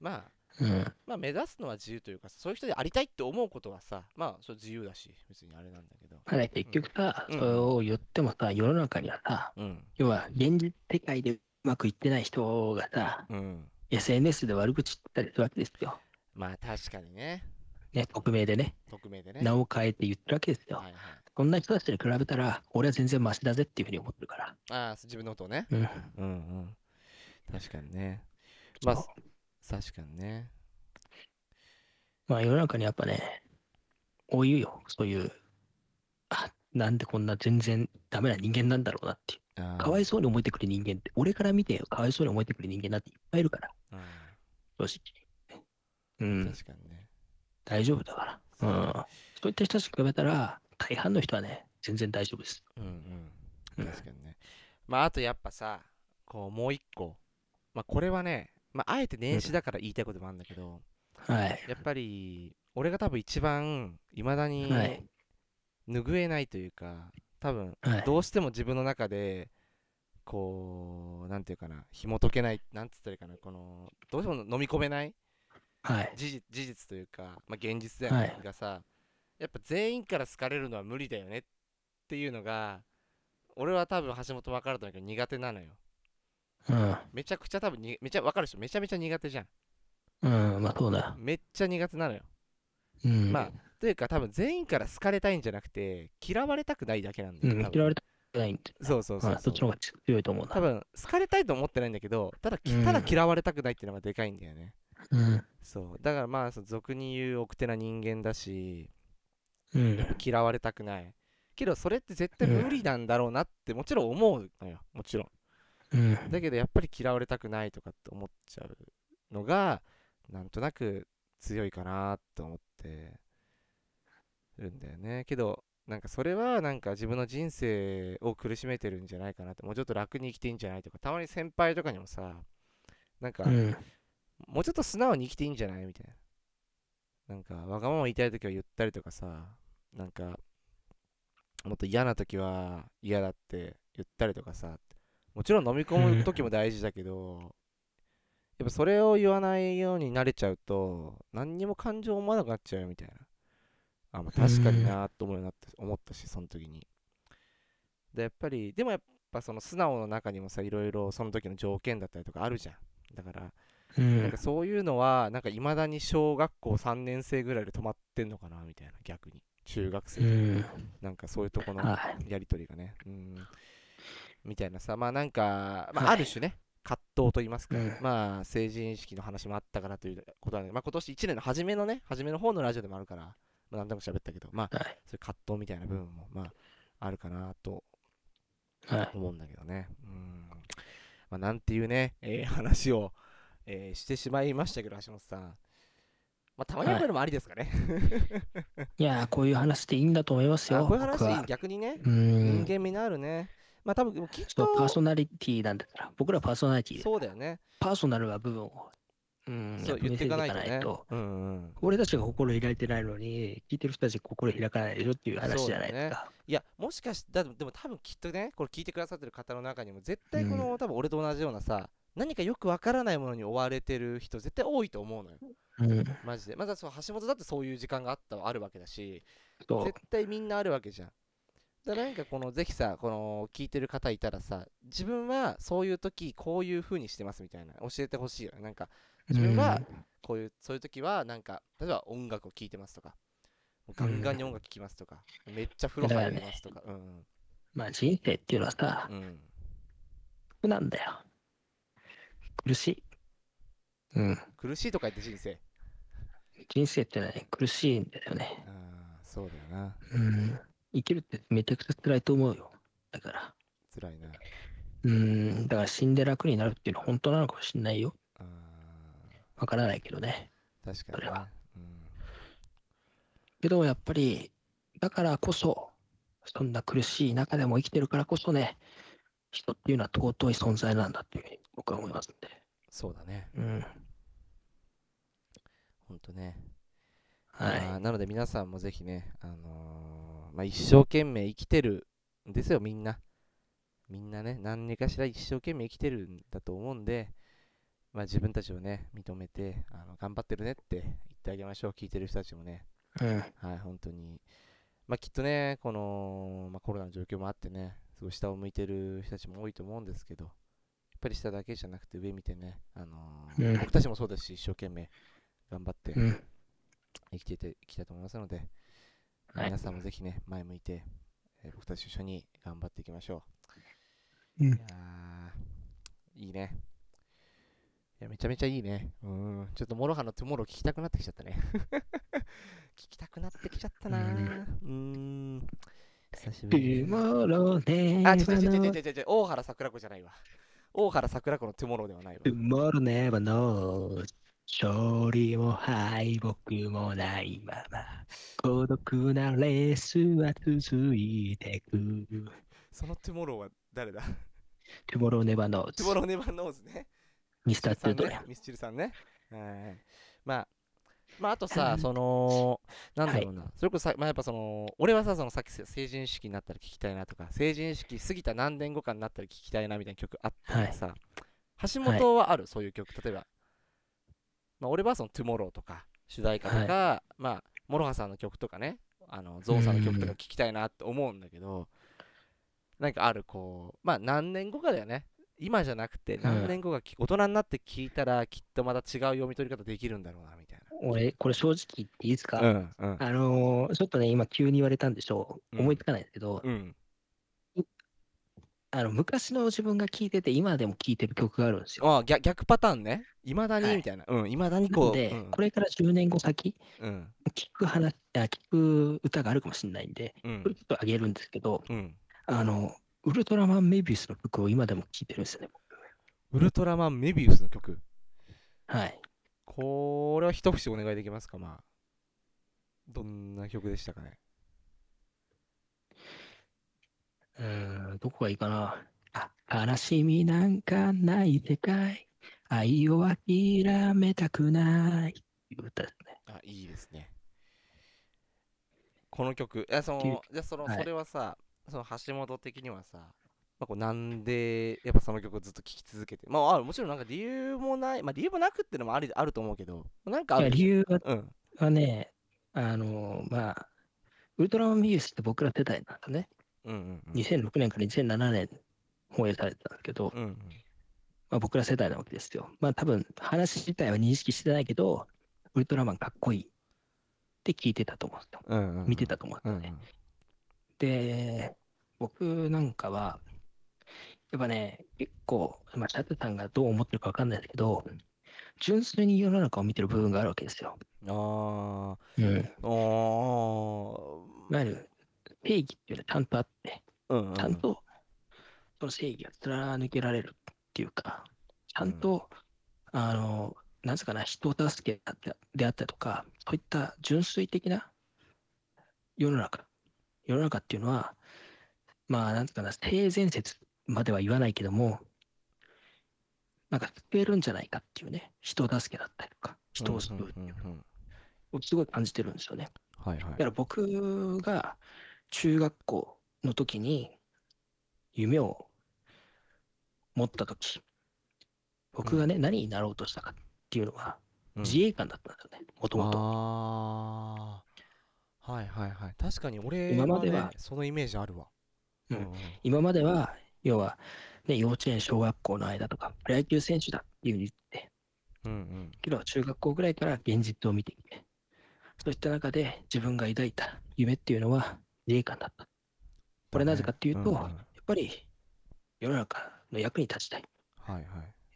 まあうん。まあ目指すのは自由というかそういう人でありたいって思うことはさまあそれ自由だし別にあれなんだけどまあね、結局さ、うんそれを言ってもさ、世の中にはさ、うん要は現実世界でうまくいってない人がさ、うん。 SNS で悪口言ったりするわけですよ。まあ確かにね。ね、匿名でね、匿名でね。名を変えて言ってるわけですよはい。はい、そんな人たちに比べたら、俺は全然マシだぜっていうふうに思ってるから。ああ、自分のことをね。うん。うんうん。確かにね。まあそう、確かにね。まあ世の中にやっぱね、多いよ、そういう、あ、なんでこんな全然ダメな人間なんだろうなっていう。ああかわいそうに思えてくる人間って、俺から見てかわいそうに思えてくる人間なんていっぱいいるから、あ正直。うあん、確かにね。大丈夫だから。うん。そういった人たちと比べたら、大半の人はね、全然大丈夫です。うんううん。ん確かにね。まああとやっぱさ、こうもう一個。まあこれはね、まああえて年始だから言いたいこともあるんだけど、はい。やっぱり俺が多分一番いまだにはい拭えないというか、多分はい。どうしても自分の中でこうなんていうかな紐解けないなんつったらいいかなこのどうしても飲み込めないはい。事実事実というか、まあ、現実だよね、はいがさやっぱ全員から好かれるのは無理だよねっていうのが俺は多分橋本分かると思うけど苦手なのようん。めちゃくちゃ多分にめちゃ分かる人めちゃめちゃ苦手じゃんうん、まあそうだ。めっちゃ苦手なのようん。まあというか多分全員から好かれたいんじゃなくて嫌われたくないだけなんだうよ、ん多分、嫌われたくないんで。そうそうそうまあそっちの方が強いと思うな。多分好かれたいと思ってないんだけどただきうんただ嫌われたくないっていうのがでかいんだよね、うん。そうだからまあその俗に言う奥手な人間だしうん。嫌われたくないけどそれって絶対無理なんだろうなってもちろん思うのよもちろうんん。だけどやっぱり嫌われたくないとかって思っちゃうのがなんとなく強いかなと思ってるんだよねけどなんかそれはなんか自分の人生を苦しめてるんじゃないかなってもうちょっと楽に生きていいんじゃないとかたまに先輩とかにもさなんか、うん。もうちょっと素直に生きていいんじゃないみたいな。なんか、わがまま言いたいときは言ったりとかさ、なんか、もっと嫌なときは嫌だって言ったりとかさ、もちろん飲み込むときも大事だけど、やっぱそれを言わないように慣れちゃうと、何にも感情思わなくなっちゃうよみたいな。あ、まあ確かになと思うようになって思ったし、その時に。で、やっぱり、でもやっぱその素直の中にもさ、いろいろその時の条件だったりとかあるじゃん。だから、うなんんか。そういうのは、なんかいまだに小学校3年生ぐらいで止まってんのかなみたいな、逆に。中学生うとか、ん。なんかそういうとこのはい。やりとりがね。うん。みたいなさ、まあなんか、まはあいある種ね、葛藤と言いますか、うんまあ成人式の話もあったからということなんで、まあ今年1年の初めのね、初めの方のラジオでもあるから、まあなんとなく喋ったけど、まあはい。そういう葛藤みたいな部分も、まああるかなとはい。思うんだけどね。うん。まあ、なんていうね、えー 話を、えーしてしまいましたけど、橋本さん。まあ、たまにはこういうのもありですかね。いやー、こういう話でいいんだと思いますあよ。こういう僕は話、逆にね、う人ん。間味のあるね。まあ、多分きっそう、パーと、ソナリティなんだから、僕らパーソナリティで、そうだよね。パーソナルな部分をうん、そう言っていかないとやっぱ見せね。うんうん、俺たちが心開いてないのに、聞いてる人たち心開かないでしょっていう話じゃないですか。いや、もしかして、だでも多分きっとね、これ聞いてくださってる方の中にも、絶対この、多分俺と同じようなさ、何かよくわからないものに追われてる人、絶対多いと思うのよ、うん、マジで。まだそう橋本だってそういう時間があったあるわけだし、そう絶対みんなあるわけじゃん。だからなんかこのぜひさこの聞いてる方いたらさ自分はそういう時こういう風にしてますみたいな教えてほしいよねなんか自分はこういうそういう時はなんか例えば音楽を聴いてますとかもうガンガンに音楽聴きますとか、めっちゃ風呂入りますとか、まあ人生っていうのはさう、ん、うん、苦なんだよ。苦しい。うん。苦しいとか言って人生人生ってのはね、苦しいんだよね。ああそうだよなうん。生きるってめちゃくちゃ辛いと思うよ。だから。辛いなうん。だから死んで楽になるっていうのは本当なのかもしれないよ。あわからないけどね。ー確かにそれなはけどやっぱり、だからこそ、そんな苦しい中でも生きてるからこそね、人っていうのは尊い存在なんだっていうふうに僕は思いますんで。そうだねうん。ほんとねはあーなので皆さんもぜひね、あのーまあ、一生懸命生きてるんですよみんなみんなね何にかしら一生懸命生きてるんだと思うんで、まあ、自分たちをね認めてあの頑張ってるねって言ってあげましょう聞いてる人たちもねい。うん。はい本当にまあきっとねこの、まあ、コロナの状況もあってねすごい下を向いてる人たちも多いと思うんですけどやっぱり下だけじゃなくて上見てね、あのーうん僕たちもそうですし一生懸命頑張って、うん。生きていていきたいと思いますので、はい皆さんもぜひね、前向いて、えー僕たちと一緒に頑張っていきましょう。うんいやーいいね。いや、めちゃめちゃいいね。うん。ちょっと、モロハのトゥモロー聞きたくなってきちゃったね。 聞きたくなってきちゃったなー。うーん。久しぶトゥりに。モローネあ、違ーうバ違う違う違ノう違う違う。大原桜子じゃないわ。大原桜子のトゥモローではないわ。トゥモローネーバノー勝利も敗北もないまま孤独なレースは続いてくそのトゥモローは誰だトゥモローネバノートズゥモローネバーノーズね。ミスター・トゥードねや、ミスチルさんね。はいまあ、まあ、あとさ、その、なんだろうな、それこそさ、まあ、やっぱその、俺はさ、そのさっきせ成人式になったら聞きたいなとか、成人式過ぎた何年後かになったら聞きたいなみたいな曲あったからさ、橋本はある、そういう曲、例えば、まあ、俺はその、トゥモローとか、主題歌とか、まあ、モロハさんの曲とかね、あの、ゾウさんの曲とか聞きたいなって思うんだけど、なんかある、こう、まあ、何年後かだよね。今じゃなくて、何年後がき、大人になって聞いたら、きっとまた違う読み取り方できるんだろうな、みたい俺これ正直言っていいですか、な。ん、うん。あのーちょっとね今急に言われたんでしょう、うん思いつかないですけど、うん。あの昔の自分が聴いてて今でも聴いてる曲があるんですよあ逆逆パターンね。いまだはに、いみたいな。うん、いまだになこんう。で、うんこれから10年後先うん。聴く話あ聞く歌があるかもしれないんでうこれん。ちょっとあげるんですけど、うん。あの、ウルトラマンメビウスの曲を今でも聴いてるんですよね。ウルトラマンメビウスの曲。はい。これは一節お願いできますか、まあ。どんな曲でしたかね。うーん、どこがいいかな。あ、悲しみなんかない世界。愛を諦めたくない。っていう歌ですね。あ、いいですね。この曲、え、そっていうの、じゃあその、はいそれはさ、その橋本的にはさ、まあ、こうなんで、やっぱその曲をずっと聴き続けて、まあ、あもちろんなんか理由もない、まあ、理由もなくってのもありあると思うけど、なんかあいやる理でしょ由はうん。はね、あの、まあ、ウルトラマンメビウスって僕ら世代なんだね。うんうんうん。 2006年から2007年放映されてたんですけど、うんうんまあ、僕ら世代なわけですよ。まあ多分話自体は認識してないけど、ウルトラマンかっこいいって聞いてたと思うんですよ。うんうんうん。見てたと思うんでうすんようん。ね。で、僕なんかは、やっぱね、結構、まあ、シャテさんがどう思ってるかわかんないですけど、純粋に世の中を見てる部分があるわけですよ。うあん。ー、おー、いわゆる正義っていうのはちゃんとあって、うんうんちゃんとその正義が貫けられるっていうか、ちゃんと、あの、なんつうかな、人を助けであったりとか、そういった純粋的な世の中、世の中っていうのは、まあ、なんつうかな、性善説までは言わないけども、なんか救えるんじゃないかっていうね、人助けだったりとか、人を救うっていううんうんうんのをすごい感じてるんですよね。はいはだから僕が中学校の時に夢を持った時、僕がね、何になろうとしたかっていうのは、い。自衛官だったんですよね、もともと。ああ。はいはいはい。確かに俺今まではねそのイメージあるわ。うんん今までは、要は、ね、幼稚園、小学校の間とか、プロ野球選手だっていうふうに言って、うんうん。けど中学校ぐらいから現実を見てきて、そういった中で自分が抱いた夢っていうのは自衛官だった。これなぜかっていうと、んんやはっぱり世の中の役に立ちたい。いはい。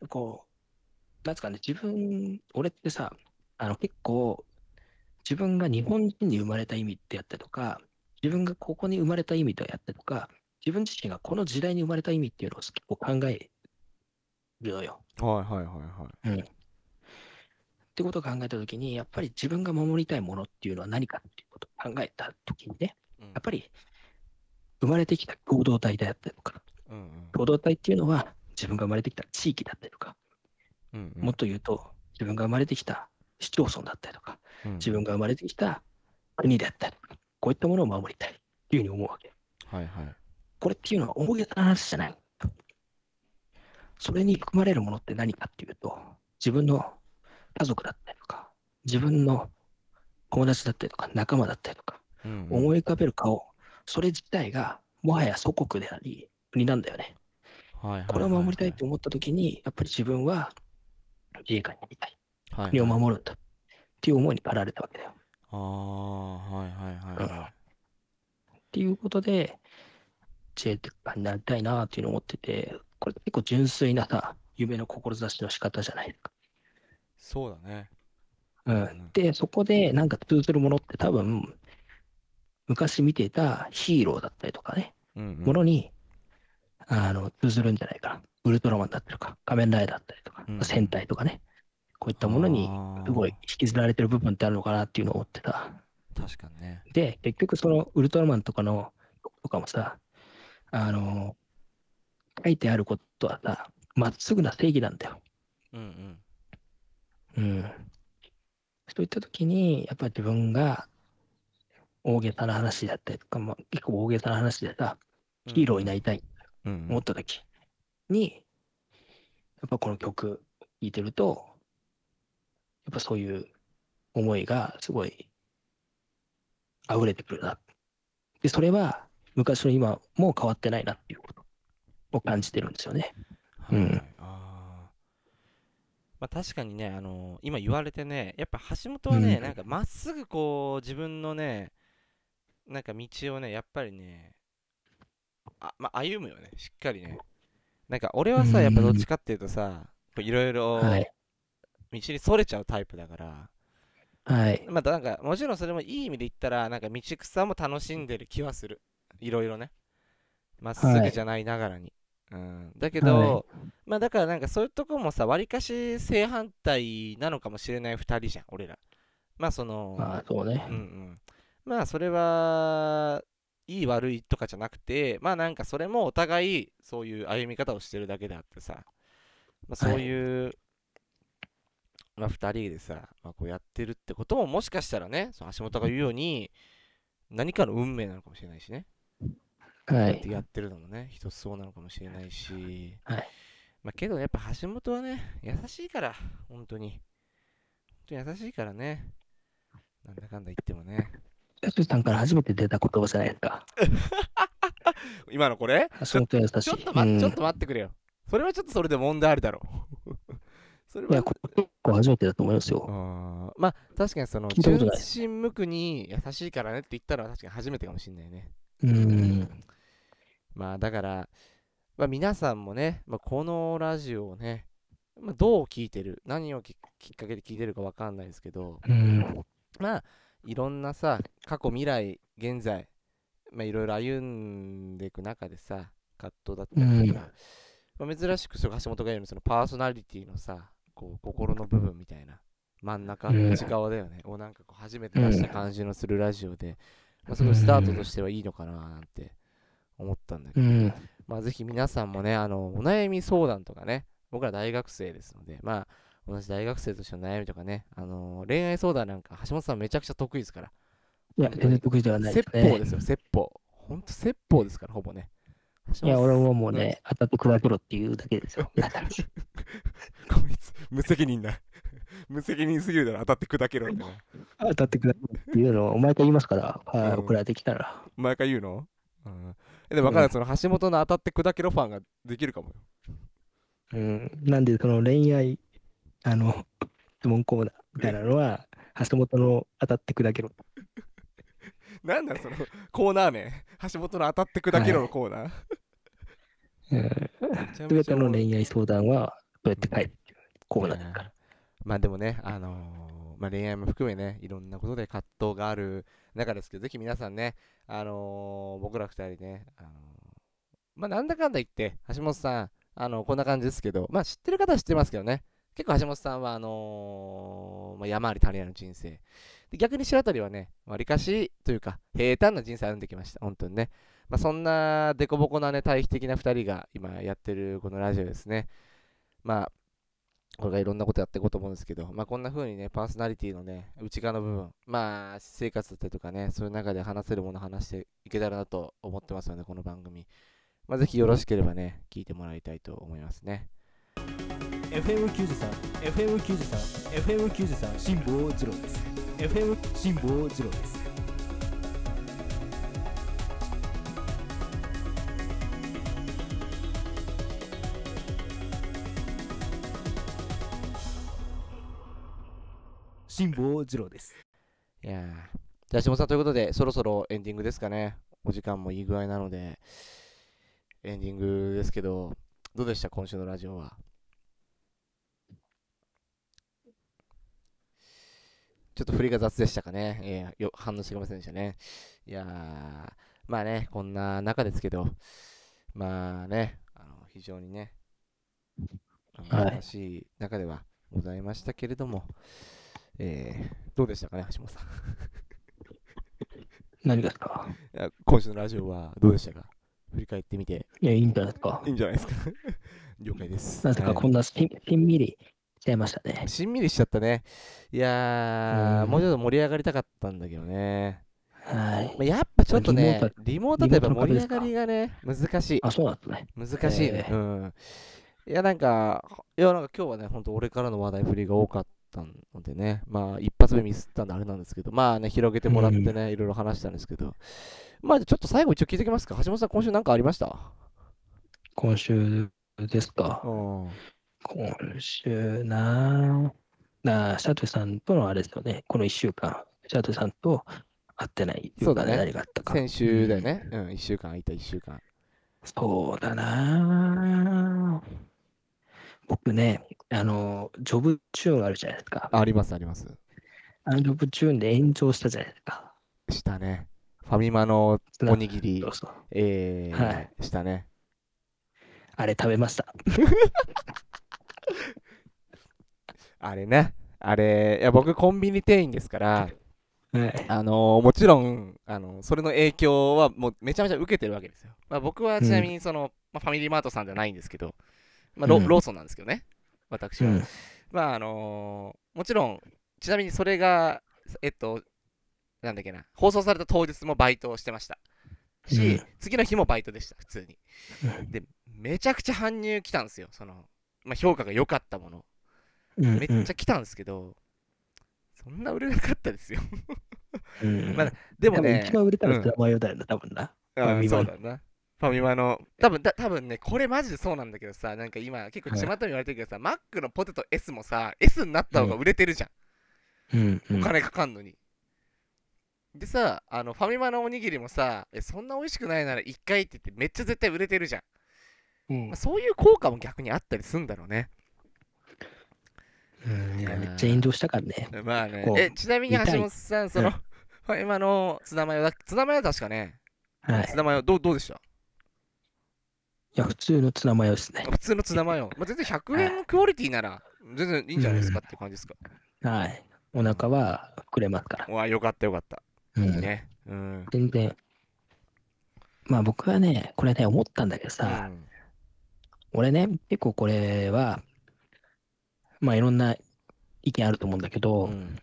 こう、なんつうかね、自分、俺ってさ、あの結構、自分が日本人に生まれた意味ってやったりとか、自分がここに生まれた意味とやったりとか、自分自身がこの時代に生まれた意味っていうのを結構考えるのよ。はいはいはいはい。ってことを考えたときに、やっぱり自分が守りたいものっていうのは何かっていうことを考えたときにね、ややっぱり生まれてきた共同体であったりとか、り、うんうん共同体っていうのは自分が生まれてきた地域だったりとか、うんうんもっと言うと、自分が生まれてきた市町村だったりとか、うん自分が生まれてきた国だったりとか、こういったものを守りたいっていうふうに思うわけ。はいはい。これっていうのは大げさな話じゃない。それに含まれるものって何かっていうと、自分の家族だったりとか、自分の友達だったりとか、仲間だったりとか、うんうん思い浮かべる顔、それ自体がもはや祖国であり、国なんだよね。はいはいこれを守りたいと思ったときに、やっぱり自分は自衛官になりたい。はいはい国を守るんだっていう思いに駆られたわけだよ。ああ、はいはいはいはっていうことで、自衛官になりたいなっていうのを思ってて、これ結構純粋なさ、夢の志の仕方じゃないですか。い。そうだね。ううんん、で、そこでなんか通ずるものって多分、昔見ていたヒーローだったりとかね、うんうんものに、あの、通ずるんじゃないかな。ウルトラマンだったりとか、仮面ライダーだったりとかうん、戦隊とかね、こういったものに、あーすごい引きずられてる部分ってあるのかなっていうのを思ってた。確かにね。で、結局そのウルトラマンとかのとかもさ、あの、書いてあることはさ、まっすぐな正義なんだよ。うんうん。うん。そういった時に、やっぱり自分が大げさな話だったりとか、まあ、結構大げさな話でさ、ヒーローになりたいとうんうん思った時に、やっぱこの曲聴いてると、やっぱそういう思いがすごい溢れてくるな。で、それは昔の今も変わってないなっていうことを感じてるんですよね。はいはい、うんあーまあ確かにね、あのー今言われてね、やっぱ橋本はね、うんなんかまっすぐこう自分のね、なんか道をね、やっぱりね、あまあ、歩むよね、しっかりね。なんか俺はさ、うんやっぱどっちかっていうとさ、こういろいろは道い。にそれちゃうタイプだから、はい。まあなんかもちろんそれもいい意味で言ったら、なんか道草も楽しんでる気はする。いろいろね。まっすぐじゃないながらに。うん、だけど、まあだからなんかそういうとこもさ、わりかし正反対なのかもしれない2人じゃん、俺ら。まあその、まあ、そうねうんう。ん、まあそれはいい悪いとかじゃなくてまあなんかそれもお互いそういう歩み方をしてるだけであってさ、まあ、そはいういう、まあ、2人でさ、まあ、こうやってるってことももしかしたらねその橋本が言うように何かの運命なのかもしれないしねはやっいて。やってるのもね一つそうなのかもしれないし、はいまあ、けどやっぱ橋本はね優しいから本当に本当に優しいからねなんだかんだ言ってもねやすしさんから初めて出た言葉じゃないですか。今のこれ橋本優しい。ちょっと待っうんちょっと待ってくれよ。それはちょっとそれで問題ある だろう。それいはや、これ結構初めてだと思いますよ。あーまあ確かにその聞いたこと純ない真無垢に優しいからねって言ったのは確かに初めてかもしれないね。うん。まあだから、まあ、皆さんもね、まあ、このラジオをね、まあ、どう聞いてる何をききっかけで聞いてるかわかんないですけど、うん。まあいろんなさ過去未来現在まあいろいろ歩んでいく中でさ葛藤だったりとか、まあ、珍しくそれ橋本が言うようにそのパーソナリティのさこう心の部分みたいな真ん中うん内側だよね、をなんかこう初めて出した感じのするラジオで、まあ、すごいスタートとしてはいいのかななんて思ったんだけどうん。まあ、ぜひ皆さんもね、あの、お悩み相談とかね、僕ら大学生ですので、まあ、同じ大学生としての悩みとかね、あのー恋愛相談なんか、橋本さんめちゃくちゃ得意ですから。いや、全然得意ではないで説す法ねで。すよ、説法。ほんと説法ですから、ほぼね。いや、俺はもうね、当たって砕けろっていうだけです よ。だから こいつ、無責任だ。 無責任すぎるだろ、当たって砕けろってね。当たって砕けろっていうのをお前から言いますから、はい、うん送られてきたら。毎回言うのうん。えでも分からない、その橋本の当たって砕けろファンができるかもよ。うん、なんで、その恋愛、あの、質問コーナーみたいなのは、橋本の当たって砕けろ。なんだそのコーナーね。橋本の当たって砕けろのコーナー。うんめちゃすべめちてゃの恋愛相談は、そうやって書いてるコーナーですねから。まあでもね、あのーまあ、恋愛も含めね、いろんなことで葛藤がある中ですけど、ぜひ皆さんね、あのー僕ら二人ね、あのーまあなんだかんだ言って、橋本さん、あのこんな感じですけど、まあ知ってる方は知ってますけどね、結構橋本さんは、あのーまあ、山あり谷ありの人生。で逆に白鳥はね、わりかしというか、平坦な人生歩んできました、本当にね。まあ、そんな凸凹なね、対比的な二人が今やってるこのラジオですね。まあ、これがいろんなことやっていこうと思うんですけど、まあ、こんな風にね、パーソナリティのね、内側の部分、まあ、私生活だったりとかね、そういう中で話せるものを話していけたらなと思ってますので、この番組。まあ、ぜひよろしければね、聞いてもらいたいと思いますね。 FM 九十三、FM 九十三、FM 九十三、辛坊治郎です。FM 辛坊治郎です。辛坊治郎です。いやー。じゃあ、下さんということで、そろそろエンディングですかね。お時間もいい具合なので、エンディングですけど、どうでした今週のラジオは。ちょっと振りが雑でしたかね。えーよ反応してくれませんでしたね。いやー、まあね、こんな中ですけど、まあね、あの非常にね、あのはい楽しい中ではございましたけれども、えーどうでしたかね、橋本さん。何がですかいや今週のラジオはどうでしたか振り返ってみていや、いいんじゃないですかいい。んじゃないですか 了解です。なぜかはいこんなしんしんみりしちゃいましたね。しんみりしちゃったね。いやー、うんもうちょっと盛り上がりたかったんだけどね。はいま。あ、やっぱちょっとリねモー、リモートだとやっぱリモート盛の壁でり上すかがりがね、難しい。あ、そうなんですね。難しいね。えーうん。いや、なんか、いや、なんか今日はね、ほんと俺からの話題振りが多かったのでね、まあ、一発目ミスったんであれなんですけど、まあね、広げてもらってね、いろいろ話したんですけど、まあ、ちょっと最後一応聞いておきますか。橋本さん、今週なんかありました今週ですか。うん。今週なぁなあシャトルさんとのあれですよね。この1週間、シャトルさんと会ってないっていそううだか、ねね、何があったか。先週だよね。うん、1週間空いた1週間。そうだなぁ僕ね、あの、ジョブチューンあるじゃないですか。ありますあります。あのジョブチューンで延長したじゃないですか。したね。ファミマのおにぎりそう、そう。えー、はいしたね。あれ食べました。あれね。あれ、いや僕コンビニ店員ですから、はい。あのーもちろん、あのそれの影響はもうめちゃめちゃ受けてるわけですよ。まあ、僕はちなみにその、まあ、ファミリーマートさんじゃないんですけど、まあロうんローソンなんですけどね、私うは。ん。まああのーもちろん、ちなみにそれが、えっと、なんだっけな、放送された当日もバイトをしてました。し、うん次の日もバイトでした、普通に。で、めちゃくちゃ搬入来たんですよ、その、まあ、評価が良かったもの。うんめっちゃ来たんですけど、そんな売れなかったですよ。うんまあでも多分ね一、番売れたうのんはマヨだよな、多分な。あファミマそうのだな。ファミマの、多分だ多分ね、これマジでそうなんだけどさ、なんか今、結構はいちまったに言われてるけどさ、マックのポテト S もさ、S になった方が売れてるじゃん。うん、うおん。金かかんのに。でさ、あのファミマのおにぎりもさ、えそんな美味しくないなら1回って言ってめっちゃ絶対売れてるじゃん。うんまあ、そういう効果も逆にあったりすんだろうね。うんいやめっちゃ炎上したからね。まあねこ。うえ、ちなみに見たい橋本さん、その、うんファミマのツナマヨだ、ツナマヨ確かね、はいツ。ナマヨどうどうでしたいや、普通のツナマヨですね。普通のツナマヨ。まあ、全然100円のクオリティなら、全然いいんじゃないですかって感じですか。はい。お腹は膨れますから。うわ、よかったよかった。ういいん、ね。うん。全然。まあ僕はね、これね、思ったんだけどうさ、ん俺ね、結構これは、まあいろんな意見あると思うんだけど、ん、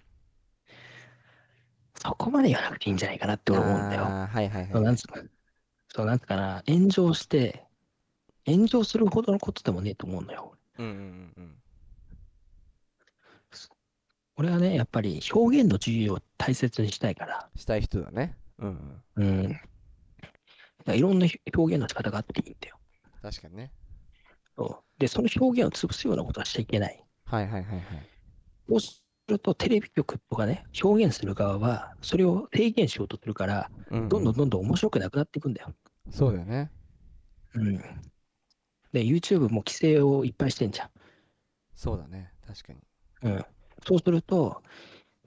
そこまで言わなくていいんじゃないかなってあ俺思うんだよ。ーはいはいそうはないんつうか、そうなんつうかな、炎上して、炎上するほどのことでもねえと思うのよ。うんうんうん俺はね、やっぱり表現の自由を大切にしたいから、したい人だねうんうんうん。だからいろんな表現の仕方があっていいんだよ。確かにねそうで、その表現を潰すようなことはしちゃいけない。はいはいはいはいそうすると、テレビ局とかね、表現する側は、それを制限しようとするから、ううどんどんどんどん面白くなくなっていくんだよ。そうだよねうん。で、YouTube も規制をいっぱいしてんじゃん。そうだね確かにうん。そうすると、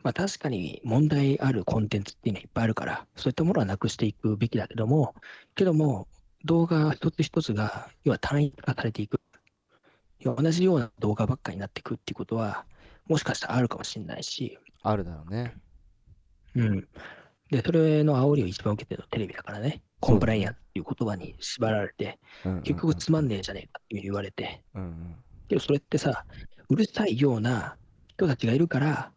まあ確かに問題あるコンテンツっていうのはいっぱいあるから、そういったものはなくしていくべきだけども、けども、動画一つ一つが、要は単一化されていく。要は同じような動画ばっかになっていくっていうことは、もしかしたらあるかもしれないし、あるだろうねうん。で、それの煽りを一番受けてるのはテレビだからね、コンプライアンスっていう言葉に縛られて、うんうんうん結局つまんねえじゃねえかっていうふうに言われて、うんうんけどそれってさ、うるさいような人たちがいるから、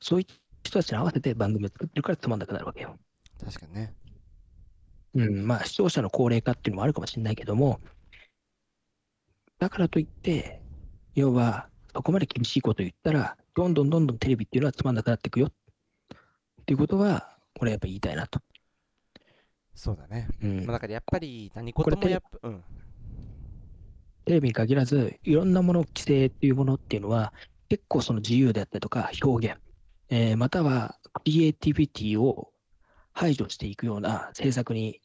そういう人たちに合わせて番組を作ってるからつまんなくなるわけよ。確かにねうん、まあ視聴者の高齢化っていうのもあるかもしれないけども、だからといって、要はそこまで厳しいこと言ったら、どんどんどんどんテレビっていうのはつまんなくなっていくよっていうことは、これやっぱ言いたいなと。そうだねうんまあだからやっぱり何事こもれやっぱうんテレビに限らず、いろんなもの、規制っていうものっていうのは、結構その自由であったりとか、表現、えーまたはクリエイティビティを排除していくような政策に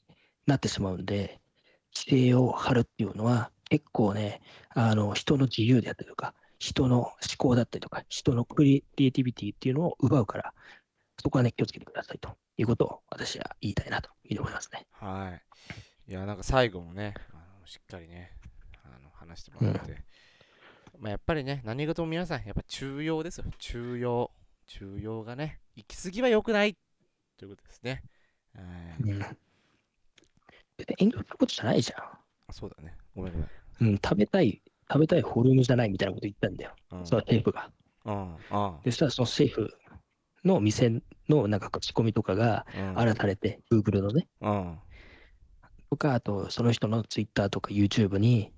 なってしまうんで、規制を張るっていうのは、結構ね、あの人の自由であったりとか、人の思考だったりとか、人のクリエイティビティっていうのを奪うから、そこはね、気をつけてくださいということを私は言いたいなというふうに思いますね。はいいやなんか最後もねあのしっかりねあの話してもらって、まあ、やっぱりね何事も皆さんやっぱ中庸ですよ中庸中庸がね行き過ぎは良くないということですねはいうん。だって遠慮することじゃないじゃん。そうだねごめんごめんうん、食べたい、食べたいフォルムじゃないみたいなこと言ったんだよ。うんそのシェフが。うんうんで、そしたらそのシェフの店のなんか口コミとかがうん荒らされて、Google のね、うんとか、あとその人の Twitter とか YouTube に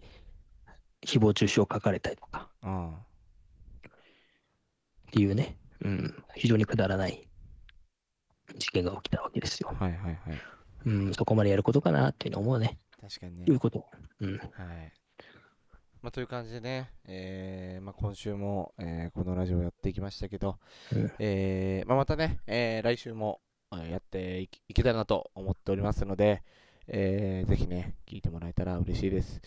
誹謗中傷を書かれたりとかうんっていうね、うん、非常にくだらない事件が起きたわけですよ。はいはいはいうん、そこまでやることかなっていうのを思うね。確かにねいうこと。うん。はい。まあ、という感じでね、えーまあ、今週も、えーこのラジオやっていきましたけど、うんえーまあ、またね、えー来週もえーやっていきいけたらなと思っておりますので、えーぜひね、聞いてもらえたら嬉しいです。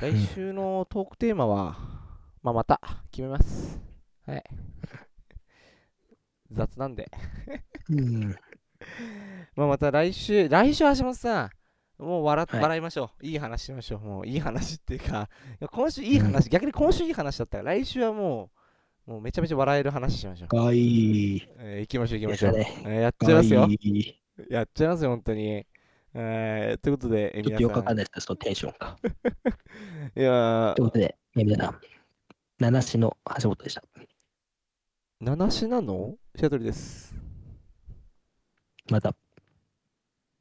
来週のトークテーマは、まあ、また決めます。 はい。雑なんで。うん。まあ、また来週、来週橋本さん、もう笑っはい笑いましょう。いい話しましょう。もういい話っていうか、いや今週いい話、逆に今週いい話だったから、来週はもう、もうめちゃめちゃ笑える話しましょう。かわいい。えー行きましょう、行きでまししょたう。ね。えーやっかちゃいわますよい。い。やっちゃいますよ、本当に。えーということで、えーちょっと皆さよくわかんん、ないですけど、そのテンションが。いやということで、えー皆さん、七市の橋本でした。ー、七しなのシャトルです。また。